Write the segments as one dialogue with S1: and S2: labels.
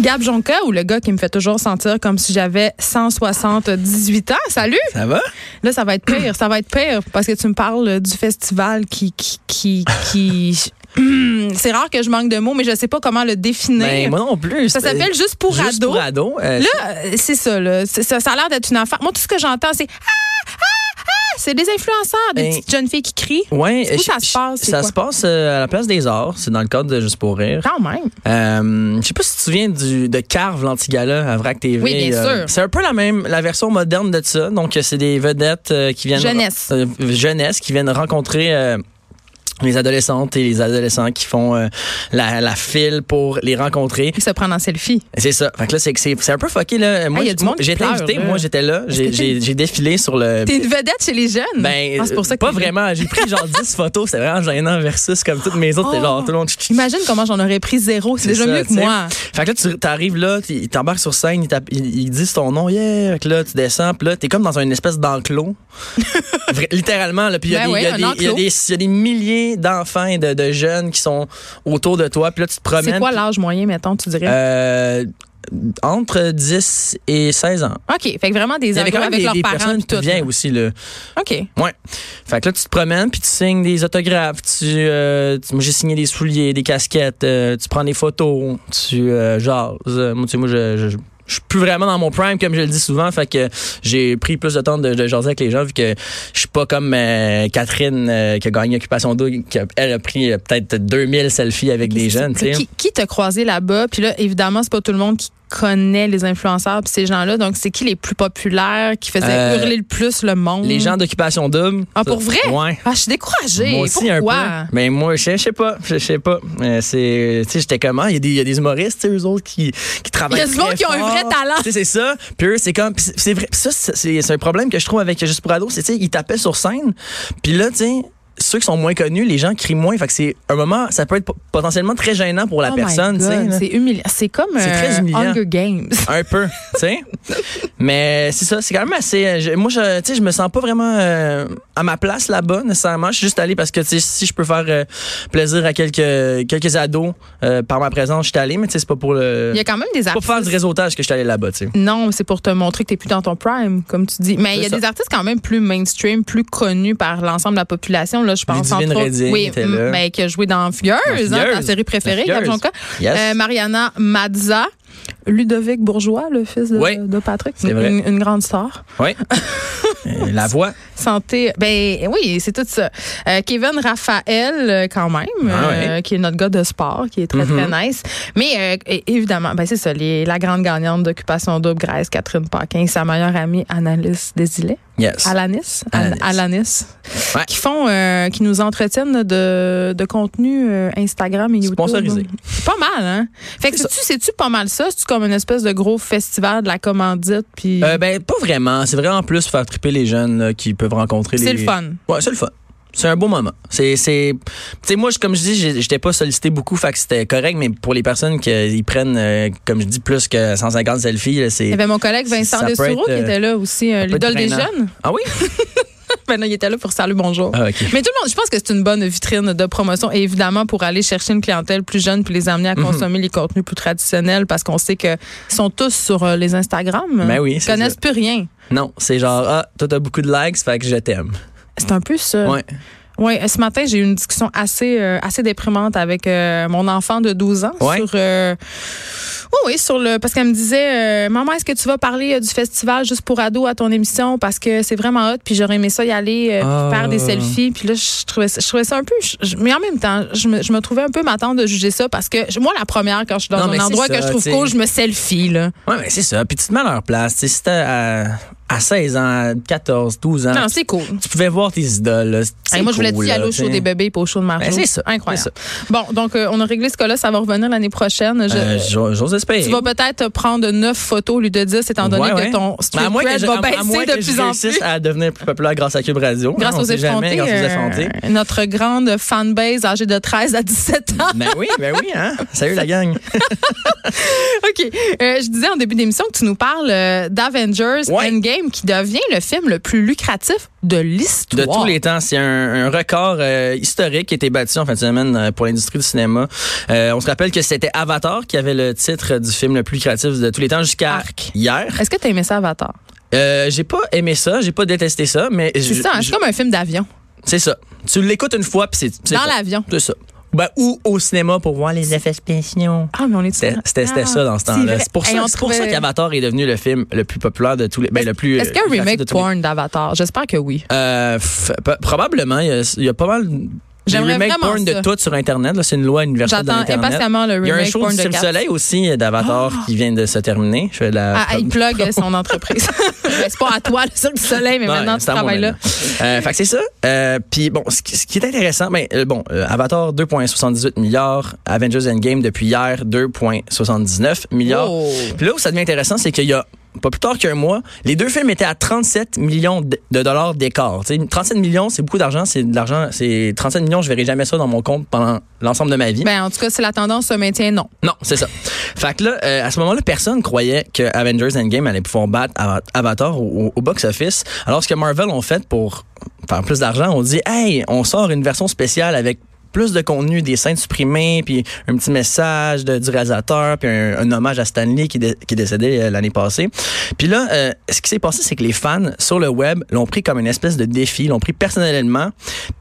S1: Gab Jonca ou le gars qui me fait toujours sentir comme si j'avais 178 ans. Salut!
S2: Ça va?
S1: Là, ça va être pire, ça va être pire parce que tu me parles du festival qui. qui, qui, qui- Hum, C'est rare que je manque de mots, mais je sais pas comment le définir.
S2: Ben, moi non plus.
S1: Ça
S2: C'est-
S1: s'appelle Juste pour
S2: Juste
S1: ados.
S2: pour ados. euh,
S1: Là, euh, c'est ça, là. C'est- Ça, ça a l'air d'être une affaire. Moi, tout ce que j'entends, c'est Ah! Ah! Ah! C'est des influenceurs, des
S2: Ben,
S1: petites jeunes filles qui crient.
S2: Ouais,
S1: C'est où
S2: je-
S1: ça se passe, c'est
S2: Ça
S1: quoi?
S2: se passe euh, à la place des arts. C'est dans le cadre de Juste pour rire.
S1: Quand même.
S2: Euh, je sais pas si tu te souviens du, de Carve, l'antigala à Vrac TV.
S1: Oui, bien
S2: Euh,
S1: sûr.
S2: C'est un peu la même, la version moderne de ça. Donc, euh, c'est des vedettes euh, qui viennent.
S1: Jeunesse.
S2: euh, jeunesse, qui viennent rencontrer. euh, les adolescentes et les adolescents qui font euh, la, la file pour les rencontrer.
S1: Ils se prennent en selfie.
S2: C'est ça. Fait que là, c'est que c'est c'est un peu fucké, là. Moi,
S1: Ah, y a
S2: j-
S1: du monde qui
S2: j'étais
S1: pleure,
S2: invité.
S1: là.
S2: Moi, j'étais là. J'ai-
S1: que t'es-
S2: J'ai j'ai défilé sur le.
S1: T'es une vedette chez les jeunes.
S2: Ben,
S1: Ah, c'est pour ça que
S2: pas
S1: t'es venu.
S2: vraiment. J'ai pris genre 10 photos. C'était vraiment gênant versus comme toutes mes autres. C'était genre
S1: Oh.
S2: tout le monde.
S1: Imagine comment j'en aurais pris zéro. C'est déjà
S2: ça,
S1: mieux que
S2: tu sais.
S1: moi.
S2: Fait que là, tu t'arrives là, tu- ils t'embarquent sur scène, ils, t'app- ils- ils disent ton nom, yeah. Fait que là, tu descends, puis là, t'es comme dans une espèce d'enclos. Vra- Littéralement, là. Puis il y a
S1: Ben
S2: des- il y a
S1: ouais, un
S2: des- il y a
S1: enclos.
S2: des il y a des milliers d'enfants et de, de jeunes qui sont autour de toi. Puis là, tu te promènes.
S1: C'est quoi l'âge moyen, mettons, tu dirais?
S2: Euh, entre 10 et 16 ans.
S1: OK. Fait que vraiment des
S2: Euh, Il y avait
S1: ados
S2: quand même
S1: avec
S2: des,
S1: leurs
S2: des
S1: parents
S2: personnes
S1: pis
S2: qui
S1: tout.
S2: viennent aussi, là.
S1: OK.
S2: Ouais. Fait que là, tu te promènes, puis tu signes des autographes. Tu, euh, tu- moi, j'ai signé des souliers, des casquettes. euh, tu prends des photos. Tu euh, jases. Euh, Moi, tu sais, moi, je... je- je- je suis plus vraiment dans mon prime comme je le dis souvent fait que j'ai pris plus de temps de, de jaser avec les gens vu que je suis pas comme euh, Catherine euh, qui a gagné occupation d'eau qui a- elle a pris euh, peut-être 2000 selfies avec des jeunes tu sais.
S1: Qui, qui t'a croisé là-bas? Puis là, évidemment, c'est pas tout le monde qui connaît les influenceurs puis ces gens-là. Donc, c'est qui les plus populaires, qui faisaient
S2: Euh,
S1: hurler le plus le monde?
S2: les gens d'occupation double
S1: Ah, pour vrai?
S2: ouais
S1: Ah, je suis découragée.
S2: Moi aussi,
S1: Pourquoi?
S2: un peu. Mais moi, je sais- je sais pas. Je sais pas. Euh, c'est, tu sais, j'étais comment? Il y a des, il y a des humoristes, tu sais, eux autres, qui, qui
S1: Il
S2: travaillent.
S1: y a du
S2: très
S1: monde qui ont un
S2: fort.
S1: vrai talent.
S2: Tu sais, c'est ça. Puis eux, c'est comme. puis c'est- c'est vrai. Puis ça, c'est- c'est c'est un problème que je trouve avec Juste pour Ados. C'est, tu sais, ils t'appellent sur scène. Puis là, tu sais. Ceux qui sont moins connus, les gens crient moins. Fait que c'est un moment, ça peut être po- potentiellement très gênant pour la
S1: Oh my
S2: personne, tu sais,
S1: God,
S2: là.
S1: C'est humiliant. C'est comme
S2: C'est très
S1: euh,
S2: humiliant.
S1: Hunger Games.
S2: Un peu, tu sais. Mais c'est ça, c'est quand même assez. euh, je- moi, je, tu sais, je me sens pas vraiment euh, à ma place là-bas, nécessairement. Je suis juste allé parce que, tu sais, si je peux faire euh, plaisir à quelques, quelques ados euh, par ma présence, je suis allé, mais tu sais, c'est pas pour le.
S1: Il y a quand même des
S2: Pas pour faire du
S1: artistes.
S2: réseautage que je suis allé là-bas, tu sais.
S1: Non, c'est pour te montrer que t'es plus dans ton prime, comme tu dis. Mais il y a
S2: C'est ça.
S1: des artistes quand même plus mainstream, plus connus par l'ensemble de la population. Là, je pense
S2: Ludivine
S1: entre autres-
S2: Reding
S1: oui,
S2: était là.
S1: ben, qui a joué dans Fieuse,
S2: Dans
S1: hein, ta
S2: Fieuse.
S1: série préférée,
S2: Dans
S1: Gab
S2: Fieuse.
S1: Jonca.
S2: Yes.
S1: Euh, Mariana Mazza. Ludovic Bourgeois, le fils de,
S2: Oui.
S1: de Patrick,
S2: C'est vrai.
S1: Une, une grande star.
S2: Oui. Euh, la voix.
S1: Santé, ben oui, c'est tout ça. Euh, Kevin Raphaël, euh, quand même,
S2: Ah ouais. Mm-hmm.
S1: euh, qui est notre gars de sport, qui est très, très nice. Mais euh, é- évidemment, ben c'est ça, les- la grande gagnante d'Occupation Double, Grace, Catherine Paquin, sa meilleure amie, Annalise Desilets.
S2: Yes.
S1: Alanis,
S2: Alanis.
S1: Al- Alanis,
S2: Ouais.
S1: qui font, euh, qui nous entretiennent de, de contenu euh, Instagram et YouTube.
S2: Sponsorisé.
S1: Pas mal, hein. Fait que
S2: C'est
S1: c'est-tu, c'est-tu pas mal ça? C'est-tu comme une espèce de gros festival de la commandite? Puis
S2: Euh, ben, pas vraiment. C'est vraiment plus faire triper les jeunes là, qui peuvent rencontrer les.
S1: c'est le fun.
S2: Ouais, c'est le fun. C'est un beau moment. C'est, c'est, tu sais, moi, je- comme je dis, j'ai- j'étais pas sollicité beaucoup, fait que c'était correct, mais pour les personnes qui prennent, euh, comme je dis, plus que 150 selfies, là,
S1: Il
S2: c'est.
S1: y avait mon collègue Vincent
S2: Ça peut
S1: Dessoureau
S2: être, euh,
S1: qui était là aussi, euh,
S2: peut être
S1: l'idole des
S2: drainant.
S1: jeunes.
S2: Ah oui?
S1: Ben là, il était là pour saluer bonjour.
S2: Ah, ok.
S1: Mais tout le monde, je pense que c'est une bonne vitrine de promotion, et évidemment, pour aller chercher une clientèle plus jeune puis les amener à
S2: Mhm.
S1: consommer les contenus plus traditionnels parce qu'on sait qu'ils sont tous sur euh, les Instagram.
S2: Ben oui,
S1: Ils
S2: c'est
S1: connaissent
S2: ça.
S1: plus rien.
S2: Non, c'est genre, ah, toi, t'as beaucoup de likes, fait que je t'aime.
S1: C'est un peu ça.
S2: Ouais.
S1: Ouais, euh, ce matin, j'ai eu une discussion assez, euh, assez déprimante avec euh, mon enfant de 12 ans
S2: Ouais.
S1: sur. euh, oui, oui, sur le. Parce qu'elle me disait, euh, maman, est-ce que tu vas parler euh, du festival juste pour ados à ton émission parce que c'est vraiment hot, puis j'aurais aimé ça y aller, euh, puis
S2: Ah.
S1: faire des selfies, puis là je trouvais, ça- je trouvais ça un peu. je- je- mais en même temps, je me, je me trouvais un peu ma tante de juger ça parce que je- moi, la première quand je suis dans
S2: Non, mais
S1: un
S2: c'est
S1: endroit
S2: ça,
S1: que je trouve
S2: t'sais.
S1: cool, je me selfie là.
S2: Ouais, mais c'est ça. Puis tu te mets à leur place. Tu sais, si t'as à, à 16 ans, 14, 12 ans.
S1: Non, c'est cool.
S2: tu pouvais voir tes idoles. là. Ah. C'est
S1: Hey, moi, je voulais
S2: cool,
S1: dire
S2: là,
S1: aller au show
S2: t'sais.
S1: des bébés pas au show de Marjo.
S2: Ben, c'est ça,
S1: Incroyable.
S2: c'est
S1: Bon, donc, euh, on a réglé ce cas-là. Ça va revenir l'année prochaine. Je-
S2: Euh, j'ose j'ose espérer.
S1: tu vas peut-être prendre neuf photos au lieu de 10, étant donné
S2: Ouais, ouais.
S1: que ton street
S2: Mais à moins que
S1: cred
S2: je-
S1: va
S2: à- à moins
S1: baisser
S2: que
S1: de
S2: je
S1: plus en
S2: réussisse
S1: plus.
S2: à devenir plus populaire grâce à Cube Radio.
S1: Grâce
S2: hein, on
S1: aux
S2: sait jamais,
S1: effrontés,
S2: grâce aux effrontés.
S1: euh, notre grande fanbase âgée de 13 à 17 ans.
S2: Ben oui, ben oui, hein. Salut la gang.
S1: OK. Euh, je disais en début d'émission que tu nous parles euh, d'Avengers
S2: Ouais.
S1: Endgame qui devient le film le plus lucratif de l'histoire.
S2: De tous les temps, c'est un, un record euh, historique qui a été battu en fin de semaine euh, pour l'industrie du cinéma. Euh, on se rappelle que c'était Avatar qui avait le titre du film le plus lucratif de tous les temps jusqu'à
S1: Arc.
S2: hier.
S1: Est-ce que tu as aimé ça, Avatar?
S2: Euh, j'ai pas aimé ça, j'ai pas détesté ça, mais
S1: C'est
S2: je-
S1: ça, hein,
S2: je-
S1: c'est comme un film d'avion.
S2: c'est ça. Tu l'écoutes une fois puis c'est c'est
S1: Dans
S2: ça.
S1: l'avion.
S2: C'est ça. Ben, ou au cinéma pour voir les effets spéciaux.
S1: Ah, mais on est
S2: C'était c'était- c'était
S1: Ah,
S2: ça dans ce temps-là.
S1: vrai.
S2: C'est pour ça,
S1: Hey, on
S2: c'est pour ça
S1: trouvait-
S2: qu'Avatar est devenu le film le plus populaire de tous les. Ben, le plus.
S1: Est-ce qu'il y a
S2: euh,
S1: un
S2: lucratif de
S1: remake
S2: tous les-
S1: porn d'Avatar? J'espère que oui.
S2: Euh, f- p- probablement, il y, a, il y a pas mal. des
S1: J'aimerais
S2: remakes
S1: vraiment
S2: porn
S1: ça.
S2: de tout sur Internet. là. C'est une loi universelle de
S1: J'attends
S2: l'Internet.
S1: impatiemment le
S2: Il y a un
S1: remake
S2: show
S1: porn
S2: du
S1: de
S2: Cirque du
S1: Cats.
S2: Soleil aussi euh, d'Avatar qui vient de se terminer. Je fais la.
S1: Ah, il plug euh, son entreprise. Ben, c'est pas à toi, le Cirque du Soleil, mais
S2: Ouais,
S1: maintenant tu
S2: c'est à moi
S1: travailles là.
S2: maintenant. Euh, fait que c'est ça. Euh, Puis bon, ce qui, ce qui est intéressant, ben, euh, bon, euh, Avatar 2,78 milliards, Avengers Endgame depuis hier 2,79 milliards.
S1: Oh.
S2: Puis là où ça devient intéressant, c'est qu'il y a pas plus tard qu'un mois, les deux films étaient à 37 millions de de dollars d'écart. Tu sais, 37 millions, c'est beaucoup d'argent, c'est de l'argent, c'est 37 millions, je verrai jamais ça dans mon compte pendant l'ensemble de ma vie.
S1: Ben, en tout cas, si la tendance se maintient, non.
S2: Non, c'est ça. Fait que là, euh, à ce moment-là, personne croyait que Avengers Endgame allait pouvoir battre Ava- Avatar au, au- au box-office. Alors, ce que Marvel ont fait pour faire plus d'argent, on dit, hey, on sort une version spéciale avec plus de contenu, des scènes supprimées, puis un petit message de- du réalisateur, puis un, un hommage à Stanley qui, dé- qui est décédé euh, l'année passée. Puis là, euh, ce qui s'est passé, c'est que les fans sur le web l'ont pris comme une espèce de défi, l'ont pris personnellement,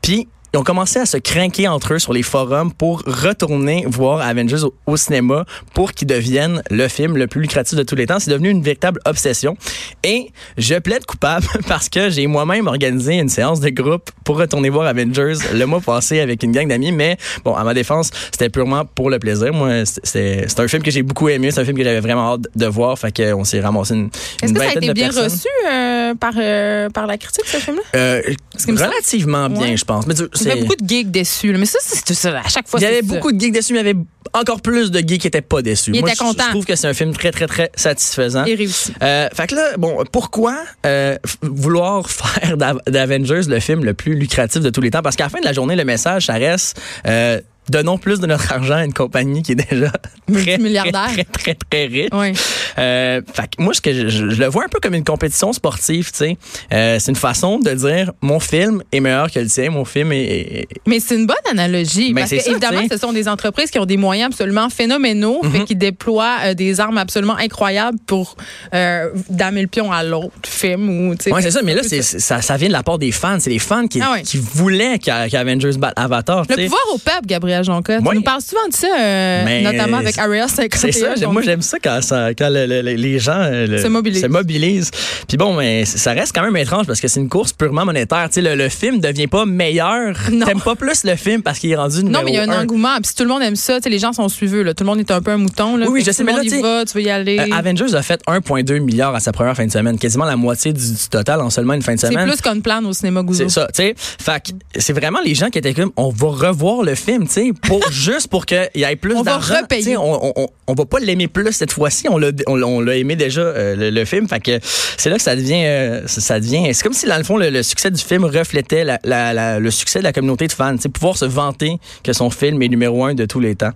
S2: puis ils ont commencé à se craquer entre eux sur les forums pour retourner voir Avengers au, au cinéma pour qu'il devienne le film le plus lucratif de tous les temps. C'est devenu une véritable obsession. Et je plaide coupable parce que j'ai moi-même organisé une séance de groupe pour retourner voir Avengers le mois passé avec une gang d'amis. Mais bon, à ma défense, c'était purement pour le plaisir. Moi, c'est- c'est c'est un film que j'ai beaucoup aimé. C'est un film que j'avais vraiment hâte de voir. Fait qu'on s'est ramassé une,
S1: Est-ce
S2: une
S1: que ça a
S2: vingtaine
S1: été
S2: de
S1: bien
S2: personnes.
S1: reçu euh, par, euh, par la critique, ce film-là?
S2: Euh,
S1: que me semble-
S2: relativement bien,
S1: Ouais.
S2: je pense. Mais tu-
S1: Il y
S2: c'est-
S1: avait beaucoup de geeks déçus. là. Mais ça, c'est tout ça. À chaque fois,
S2: Il y
S1: c'est
S2: avait
S1: ça.
S2: beaucoup de geeks déçus, mais il y avait encore plus de geeks qui n'étaient pas déçus.
S1: Ils
S2: Moi,
S1: étaient
S2: je-
S1: contents.
S2: Je trouve que c'est un film très, très, très satisfaisant.
S1: Et réussi.
S2: Euh, fait que là, bon, pourquoi euh, f- vouloir faire d'Av- d'Avengers le film le plus lucratif de tous les temps? Parce qu'à la fin de la journée, le message, ça reste... euh, Donnons plus de notre argent à une compagnie qui est déjà très, très,
S1: Multimilliardaire.
S2: très, très, très riche.
S1: Ouais.
S2: Euh, fait que moi, ce que je, je- je le vois un peu comme une compétition sportive, tu sais. Euh, c'est une façon de dire mon film est meilleur que le tien, mon film est- est,
S1: Mais c'est une bonne analogie.
S2: Ben,
S1: parce
S2: c'est
S1: que,
S2: ça,
S1: évidemment,
S2: tu sais. Mhm.
S1: ce sont des entreprises qui ont des moyens absolument phénoménaux, fait qui déploient euh, des armes absolument incroyables pour euh, damer le pion à l'autre film. Ou, tu sais.
S2: Oui, c'est ça, mais là, c'est, c'est- ça, ça vient de la part des fans. C'est les fans qui,
S1: Ah ouais.
S2: qui voulaient qu'a- qu'Avengers batte Avatar.
S1: Le
S2: tu sais.
S1: pouvoir au peuple, Gabriel Jonca.
S2: Ouais.
S1: Tu nous parles souvent de ça, euh,
S2: Mais
S1: notamment avec
S2: c'est-
S1: Area 51.
S2: C'est ça, j'aime-
S1: donc-
S2: moi j'aime ça quand, ça- quand le- le- le- les gens euh, le-
S1: Se mobilisent.
S2: mobilisent. Puis bon, mais c- ça reste quand même étrange parce que c'est une course purement monétaire. Tu sais, le, le film devient pas meilleur.
S1: Non.
S2: T'aimes pas plus le film parce qu'il est rendu numéro
S1: non, mais il y a un,
S2: un.
S1: engouement. Puis si tout le monde aime ça, tu sais, les gens sont suiveux. Là. Tout le monde est un peu un mouton. Là.
S2: Oui, oui,
S1: Fait que
S2: je sais,
S1: tout le
S2: mais
S1: monde
S2: là,
S1: y
S2: tu sais,
S1: va, tu veux y aller.
S2: Euh, Avengers a fait 1,2 milliard à sa première fin de semaine, quasiment la moitié du, du total en seulement une fin de
S1: c'est
S2: semaine.
S1: plus qu'on plane au cinéma Gouzeau.
S2: C'est ça, tu sais. Fait que c'est vraiment les gens qui étaient comme, on va revoir le film, tu sais, pour, juste pour qu'il y ait plus
S1: On va
S2: d'argent.
S1: repayer.
S2: Tu sais, On, on, on- on va pas l'aimer plus cette fois-ci. On l'a, on, l'a- on l'a aimé déjà, euh, le, le film. Fait que c'est là que ça devient, euh, ça, ça devient, c'est comme si, dans le fond, le, le succès du film reflétait la- la- la- le succès de la communauté de fans, tu sais, pouvoir se vanter que son film est numéro un de tous les temps.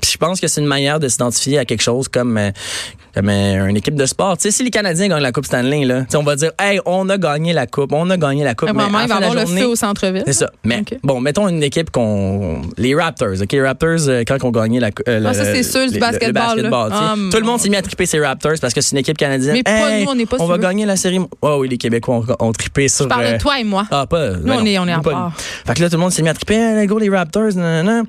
S2: Puis je pense que c'est une manière de s'identifier à quelque chose comme, euh, comme euh, une équipe de sport. Tu sais, si les Canadiens gagnent la Coupe Stanley, là, tu sais, on va dire, hey, on a gagné la Coupe, on a gagné la Coupe.
S1: Vraiment,
S2: Mais à
S1: il va
S2: la fin de la
S1: avoir le
S2: journée,
S1: feu au centre-ville.
S2: c'est ça. Mais
S1: Ok.
S2: bon, mettons une équipe qu'on. Les Raptors, OK? Les Raptors, euh, quand on gagnait la. cou- euh, le-
S1: Ah, ça, c'est sûr, du
S2: le- le- le
S1: basketball, là.
S2: basketball, tu sais.
S1: Ah,
S2: Tout le
S1: mon-
S2: monde s'est mis à triper ces Raptors parce que c'est une équipe canadienne.
S1: Mais pas
S2: Hey,
S1: nous, on n'est pas
S2: On
S1: sur
S2: va
S1: eux.
S2: gagner la série. Oh oui, les Québécois ont, ont trippé sur.
S1: Je parle
S2: euh,
S1: de toi et moi.
S2: Ah, pas. Nous,
S1: on est- on est à part.
S2: Fait que là, tout le monde s'est mis à triper. Hey, Go, les Raptors, nanana.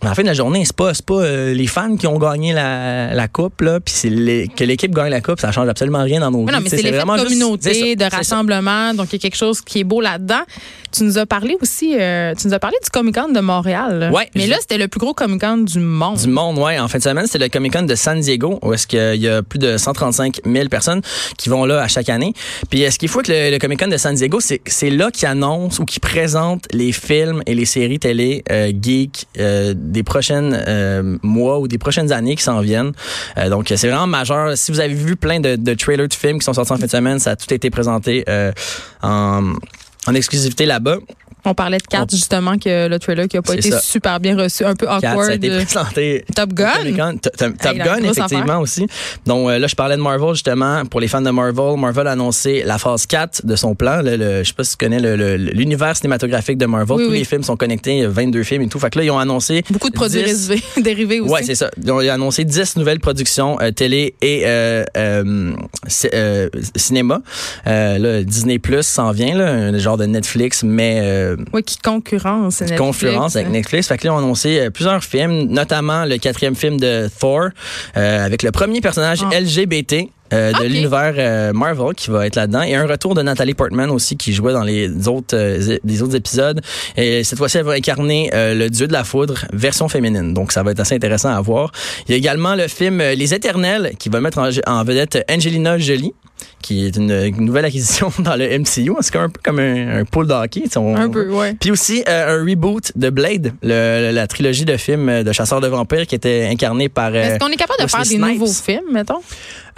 S2: à la fin de la journée, c'est pas, c'est pas euh, les fans qui ont gagné la, la coupe, là, puis c'est les- que l'équipe gagne la coupe, ça change absolument rien dans nos
S1: Mais
S2: vies.
S1: non, mais
S2: T'sais,
S1: c'est l'effet de
S2: juste-
S1: communauté,
S2: c'est ça,
S1: de
S2: c'est ça.
S1: rassemblement. Donc, il y a quelque chose qui est beau là-dedans. Tu nous as parlé aussi, euh, tu nous as parlé du Comic-Con de Montréal. là.
S2: Ouais,
S1: mais
S2: j'ai-
S1: là, c'était le plus gros Comic-Con du monde.
S2: Du monde, ouais. En fin de semaine, c'est le Comic Con de San Diego, où est-ce qu'il y a plus de 135 000 personnes qui vont là à chaque année. Puis euh, ce qu'il faut que le, le Comic Con de San Diego, c'est c'est là qu'ils annoncent ou qu'ils présentent les films et les séries télé euh, geek euh, des prochaines euh, mois ou des prochaines années qui s'en viennent. Euh, donc c'est vraiment majeur. Si vous avez vu plein de, de trailers de films qui sont sortis en fin de semaine, ça a tout été présenté euh, en, en exclusivité là-bas.
S1: On parlait de cartes,
S2: On-
S1: justement, que le trailer qui a pas
S2: C'est
S1: été
S2: ça.
S1: super bien reçu, un peu
S2: Kat, ça a
S1: awkward. euh,
S2: été présenté
S1: Top
S2: Comic
S1: Gun.
S2: Con, Top Top- Top
S1: Hey, la
S2: Gun,
S1: grosse
S2: effectivement
S1: affaire.
S2: aussi. Donc euh, là, je parlais de Marvel justement. Pour les fans de Marvel, Marvel a annoncé la phase 4 de son plan. Le, le- je sais pas si tu connais le- le- l'univers cinématographique de Marvel.
S1: Oui,
S2: Tous
S1: oui.
S2: les films sont connectés, il y a 22 films et tout. Fait que là, ils ont annoncé
S1: Beaucoup de produits
S2: 10
S1: dérivés, dérivés aussi.
S2: Ouais, c'est ça. Ils ont ils ont annoncé 10 nouvelles productions euh, télé et euh, euh, ci- euh, cinéma. Euh, là, Disney Plus s'en vient, là, un genre de Netflix, mais euh,
S1: Oui, qui concurrence.
S2: une
S1: Netflix.
S2: conférence avec Netflix. Fait que là, on a annoncé euh, plusieurs films, notamment le quatrième film de Thor, euh, avec le premier personnage
S1: Ah.
S2: LGBT. euh, de
S1: Ok.
S2: l'univers euh, Marvel qui va être là-dedans et un retour de Natalie Portman aussi qui jouait dans les autres euh, les autres épisodes et cette fois-ci elle va incarner euh, le dieu de la foudre version féminine donc ça va être assez intéressant à voir il y a également le film euh, Les Éternels qui va mettre en, en vedette Angelina Jolie qui est une, une nouvelle acquisition dans le MCU c'est un peu comme un, un pool de hockey Tu sais, on-
S1: Un peu, ouais.
S2: puis aussi euh, un reboot de Blade, le- la trilogie de films euh, de chasseurs de vampires qui était incarnée par. euh,
S1: Est-ce qu'on est capable de faire
S2: Wesley
S1: des
S2: Snipes.
S1: nouveaux films, mettons?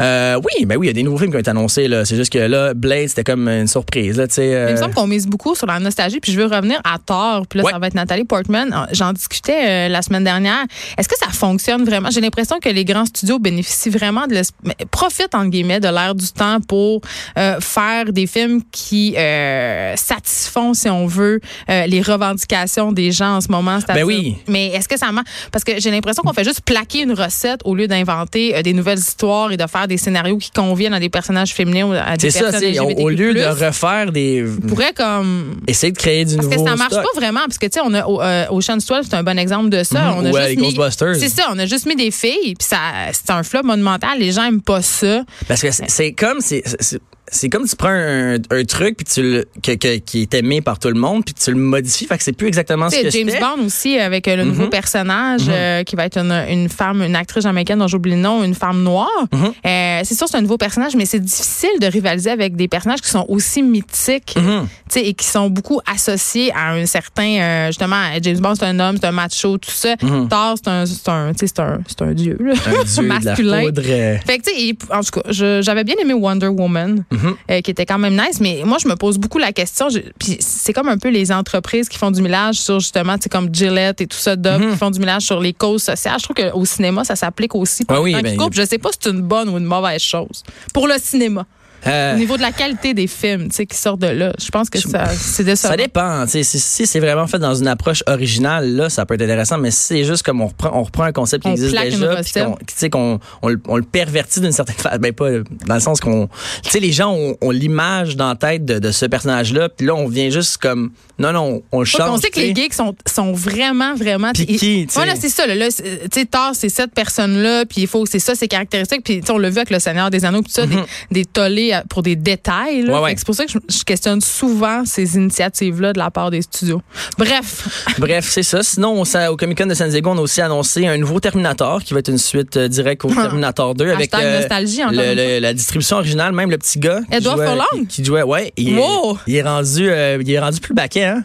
S2: euh, oui, ben oui, il y a des nouveaux films qui ont été annoncés là. C'est juste que là, Blade c'était comme une surprise là, tu sais. euh,
S1: Il me semble qu'on mise beaucoup sur la nostalgie, puis je veux revenir à tort, puis là,
S2: Ouais.
S1: ça va être Nathalie Portman. Ah, J'en discutais euh, la semaine dernière. Est-ce que ça fonctionne vraiment? J'ai l'impression que les grands studios bénéficient vraiment de... l'es- mais profitent, entre guillemets, de l'air du temps pour euh, faire des films qui euh, satisfont, si on veut, euh, les revendications des gens en ce moment. c'est-à-dire-
S2: Ben oui.
S1: Mais est-ce que ça marche? Parce que j'ai l'impression qu'on fait juste plaquer une recette au lieu d'inventer euh, des nouvelles histoires et de faire des scénarios qui conviennent à des personnages féminins ou à des
S2: c'est ça,
S1: personnes
S2: tu sais, au, au
S1: LGBTQ+.
S2: lieu de refaire des,
S1: pourrait comme
S2: essayer de créer du
S1: parce que
S2: nouveau
S1: ça marche
S2: Mm. stock.
S1: pas vraiment parce que tu sais on a au- euh, Ocean's 12 c'est un bon exemple de ça
S2: Mhm,
S1: on a
S2: ou, euh,
S1: juste
S2: les
S1: mis
S2: Ghostbusters.
S1: c'est ça on a juste mis des filles puis ça c'est un flop monumental les gens aiment pas ça
S2: Parce que c'est- c'est comme c'est c'est- c'est comme tu prends un, un truc puis tu le que, que- qui est aimé par tout le monde puis tu le modifies, fait que c'est plus exactement
S1: Tu
S2: ce que
S1: sais, James
S2: c'était. Mm-hmm.
S1: Bond aussi avec euh, le nouveau personnage euh, qui va être une, une femme une actrice jamaïcaine dont j'oublie le nom une femme noire
S2: Mm-hmm.
S1: Euh, c'est sûr c'est un nouveau personnage mais c'est difficile de rivaliser avec des personnages qui sont aussi mythiques
S2: Mhm.
S1: tu sais, et qui sont beaucoup associés à un certain euh, justement James Bond c'est un homme c'est un macho tout ça
S2: Mhm.
S1: Thor c'est un c'est un tu sais, c'est un c'est un dieu là.
S2: Un dieu de la
S1: masculin.
S2: foudre. euh,
S1: Fait que, tu sais, il- en tout cas, je- j'avais bien aimé Wonder Woman,
S2: Mhm.
S1: euh, qui était quand même nice, mais moi, je me pose beaucoup la question. je- Puis c'est comme un peu les entreprises qui font du millage sur justement, tu sais, comme Gillette et tout ça, Dove,
S2: Mhm.
S1: qui font du millage sur les causes sociales. Je trouve qu'au cinéma, ça s'applique aussi.
S2: Ah oui,
S1: Pendant qu'ils
S2: ben,
S1: coupent, je sais pas si c'est une bonne ou une mauvaise chose. Pour le cinéma,
S2: euh,
S1: au niveau de la qualité des films, tu sais, qui sortent de là, je pense que ça, c'est décevant.
S2: Ça dépend. tu sais, Si, si c'est vraiment fait dans une approche originale, là, ça peut être intéressant. Mais si c'est juste comme on reprend, on reprend un concept qui
S1: On
S2: existe
S1: plaque une
S2: déjà, puis
S1: recette.
S2: qu'on- tu sais, qu'on on, le- on le pervertit d'une certaine façon. Ben pas dans le sens qu'on, tu sais, les gens ont, ont l'image dans la tête de, de ce personnage-là. Puis là, on vient juste comme, non, non, on le change.
S1: on sait que les
S2: tu sais.
S1: gays sont, sont vraiment, vraiment.
S2: Piqués, tu sais.
S1: Ouais, là, c'est ça. Là, Là, c'est- tu sais, tard, c'est cette personne-là, puis il faut, c'est ça, ses caractéristiques. Puis, tu sais, on l'a vu avec le Seigneur des Anneaux, puis tout ça, des, des tollés à- pour des détails. là.
S2: Mm-hmm. Ouais, ouais.
S1: Fait que C'est pour ça que je, je questionne souvent ces initiatives-là de la part des studios. Bref,
S2: Bref, c'est ça. Sinon, ça, au Comic Con de San Diego, on a aussi annoncé un nouveau Terminator qui va être une suite euh, directe au Terminator 2 avec
S1: Ah.
S2: euh,
S1: Hashtag nostalgie, encore
S2: le-
S1: une
S2: le- la distribution originale, même le petit gars. qui
S1: Edward
S2: jouait-
S1: Furlong?
S2: Qui jouait, ouais. Il, est-
S1: Wow!
S2: il est rendu, euh, il est rendu plus baquet, hein.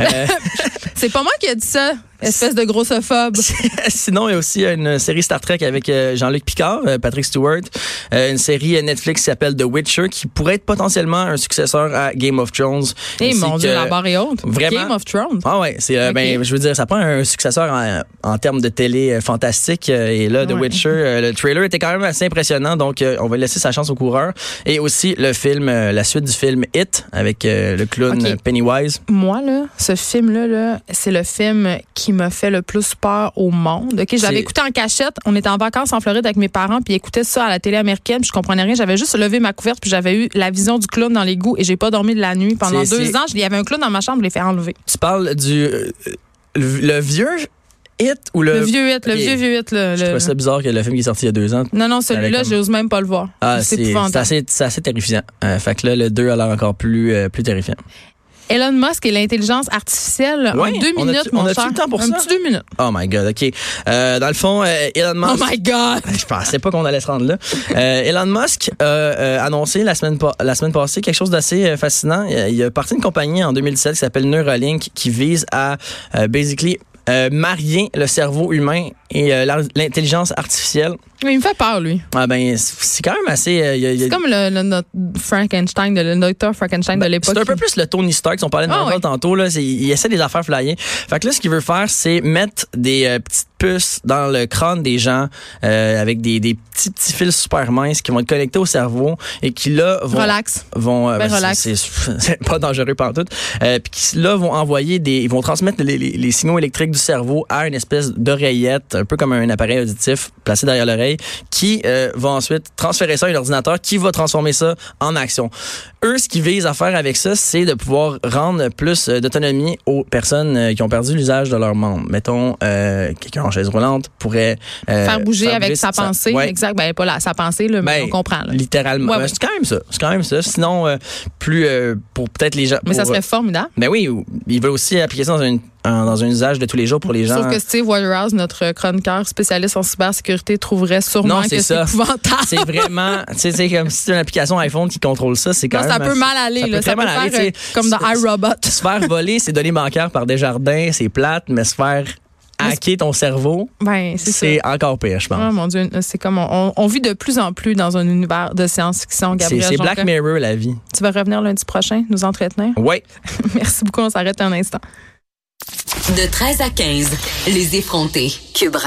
S2: Euh,
S1: c'est pas moi qui ai dit ça, espèce de grossophobe.
S2: Sinon, il y a aussi une série Star Trek avec euh, Jean-Luc Picard, euh, Patrick Stewart, Euh, une série Netflix qui s'appelle The Witcher qui pourrait être potentiellement un successeur à Game of Thrones.
S1: Eh
S2: Ainsi
S1: mon Dieu,
S2: que-
S1: la barre est haute.
S2: Vraiment.
S1: Game of Thrones.
S2: Ah ouais, c'est euh,
S1: Ok.
S2: ben je veux dire ça prend un successeur en, en termes de télé euh, fantastique euh, et là The
S1: Ouais.
S2: Witcher euh, le trailer était quand même assez impressionnant donc euh, on va laisser sa chance au coureur et aussi le film euh, la suite du film Hit avec euh, le clown
S1: Ok.
S2: Pennywise.
S1: Moi, là, ce film-là, là, c'est le film qui me fait le plus peur au monde. Ok,
S2: C'est-
S1: J'avais écouté en cachette. On était en vacances en Floride avec mes parents, puis ils écoutaient ça à la télé américaine, puis je comprenais rien. J'avais juste levé ma couverte, puis j'avais eu la vision du clown dans l'égout, et j'ai pas dormi de la nuit. Pendant
S2: C'est-
S1: deux
S2: c'est-
S1: ans, je- il y avait un clown dans ma chambre, je l'ai fait enlever.
S2: Tu parles du euh, le, le vieux Hit ou le.
S1: Le vieux hit, le
S2: Ok.
S1: vieux vieux hit. Le,
S2: Je
S1: le-
S2: trouvais ça bizarre que le film qui est sorti il y a deux ans.
S1: Non, non, celui-là,
S2: Avec un-
S1: j'ose même pas le voir.
S2: Ah,
S1: c'est
S2: c'est c'est
S1: épouvantable.
S2: assez, c'est assez terrifiant. Euh, fait que là, le 2 a l'air encore plus, euh, plus terrifiant.
S1: Elon Musk et l'intelligence artificielle
S2: Ouais,
S1: en deux
S2: on a-tu-
S1: minutes,
S2: on
S1: mon
S2: a-tu
S1: cher.
S2: le temps pour
S1: Un
S2: ça?
S1: petit deux minutes.
S2: Oh my God, OK. Euh, dans le fond, euh, Elon
S1: Oh
S2: Musk...
S1: my God!
S2: Ben, Je pensais pas qu'on allait se rendre là. Euh, Elon Musk a euh, annoncé la semaine, pa- la semaine passée quelque chose d'assez euh, fascinant. Il a- Il a parti une compagnie en 2017 qui s'appelle Neuralink qui vise à, euh, basically, euh, marier le cerveau humain et euh, l'ar- l'intelligence artificielle.
S1: Oui, Il me fait peur, lui.
S2: Ah ben, c'est c'est quand même assez... euh, il y a- il y a-
S1: C'est comme le, le- notre Frankenstein, de- le docteur Frankenstein de
S2: Ben,
S1: l'époque.
S2: C'est un peu plus le Tony Stark, on parlait de
S1: Ah
S2: Marvel
S1: ouais.
S2: tantôt. Là, C'est- il essaie des affaires flyées. Fait que là, ce qu'il veut faire, c'est mettre des euh, petites puces dans le crâne des gens euh, avec des, des petits petits fils super minces qui vont être connectés au cerveau et qui là vont
S1: Relax.
S2: vont euh,
S1: Ben,
S2: c'est-
S1: relax.
S2: c'est c'est pas dangereux pantoute euh, puis qui là vont envoyer des ils vont transmettre les, les- les signaux électriques du cerveau à une espèce d'oreillette un peu comme un appareil auditif placé derrière l'oreille qui euh, va ensuite transférer ça à un ordinateur qui va transformer ça en action eux ce qu'ils visent à faire avec ça c'est de pouvoir rendre plus euh, d'autonomie aux personnes euh, qui ont perdu l'usage de leurs membres mettons euh, quelqu'un en chaise roulante pourrait euh,
S1: Faire bouger avec sa pensée.
S2: ouais,
S1: Exact. Ben, pas la, sa pensée, là, mais
S2: Ben,
S1: on comprend. là.
S2: littéralement.
S1: Ouais,
S2: Ben,
S1: ouais.
S2: C'est quand même ça. C'est quand même ça. Sinon, euh, plus euh, pour peut-être les gens.
S1: Mais ça
S2: pour,
S1: serait
S2: euh,
S1: formidable.
S2: Ben oui, ou- il veut aussi appliquer ça dans un, un- dans un usage de tous les jours pour les gens.
S1: Sauf que Steve Waterhouse, notre chroniqueur spécialiste en cybersécurité, trouverait sûrement
S2: Non,
S1: que
S2: c'est
S1: c'est
S2: ça.
S1: épouvantable.
S2: c'est vraiment, tu sais, c'est comme si c'est une application iPhone qui contrôle ça, c'est quand
S1: Non,
S2: même.
S1: ça peut
S2: assez-
S1: mal aller.
S2: ça
S1: là. Ça
S2: peut
S1: peut
S2: très mal aller,
S1: faire, euh,
S2: tu sais.
S1: comme dans
S2: C'est-
S1: iRobot.
S2: Se faire voler ses données bancaires par Desjardins, c'est plate, mais se
S1: Mais
S2: faire
S1: c'est-
S2: hacker ton cerveau,
S1: Ben, c'est ça.
S2: c'est encore pire, je
S1: Ah,
S2: pense.
S1: mon Dieu, c'est comme on, on- on vit de plus en plus dans un univers de science-fiction,
S2: C'est
S1: Gabriel.
S2: c'est Black
S1: Jonquin.
S2: Mirror, la vie.
S1: Tu vas revenir lundi prochain, nous entretenir.
S2: Ouais.
S1: Merci beaucoup, on s'arrête un instant.
S3: De 13 à 15, les effrontés. Cube Radio.